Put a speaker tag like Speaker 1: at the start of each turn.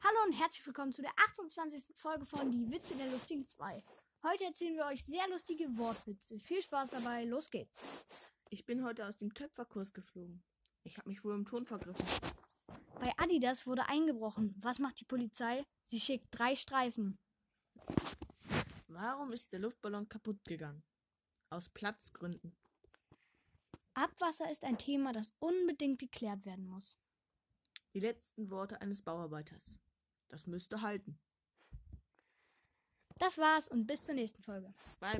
Speaker 1: Hallo und herzlich willkommen zu der 28. Folge von Die Witze der Lustigen 2. Heute erzählen wir euch sehr lustige Wortwitze. Viel Spaß dabei, los geht's.
Speaker 2: Ich bin heute aus dem Töpferkurs geflogen. Ich habe mich wohl im Ton vergriffen.
Speaker 1: Bei Adidas wurde eingebrochen. Was macht die Polizei? Sie schickt drei Streifen.
Speaker 2: Warum ist der Luftballon kaputt gegangen? Aus Platzgründen.
Speaker 1: Abwasser ist ein Thema, das unbedingt geklärt werden muss.
Speaker 2: Die letzten Worte eines Bauarbeiters. Das müsste halten.
Speaker 1: Das war's und bis zur nächsten Folge.
Speaker 2: Bye.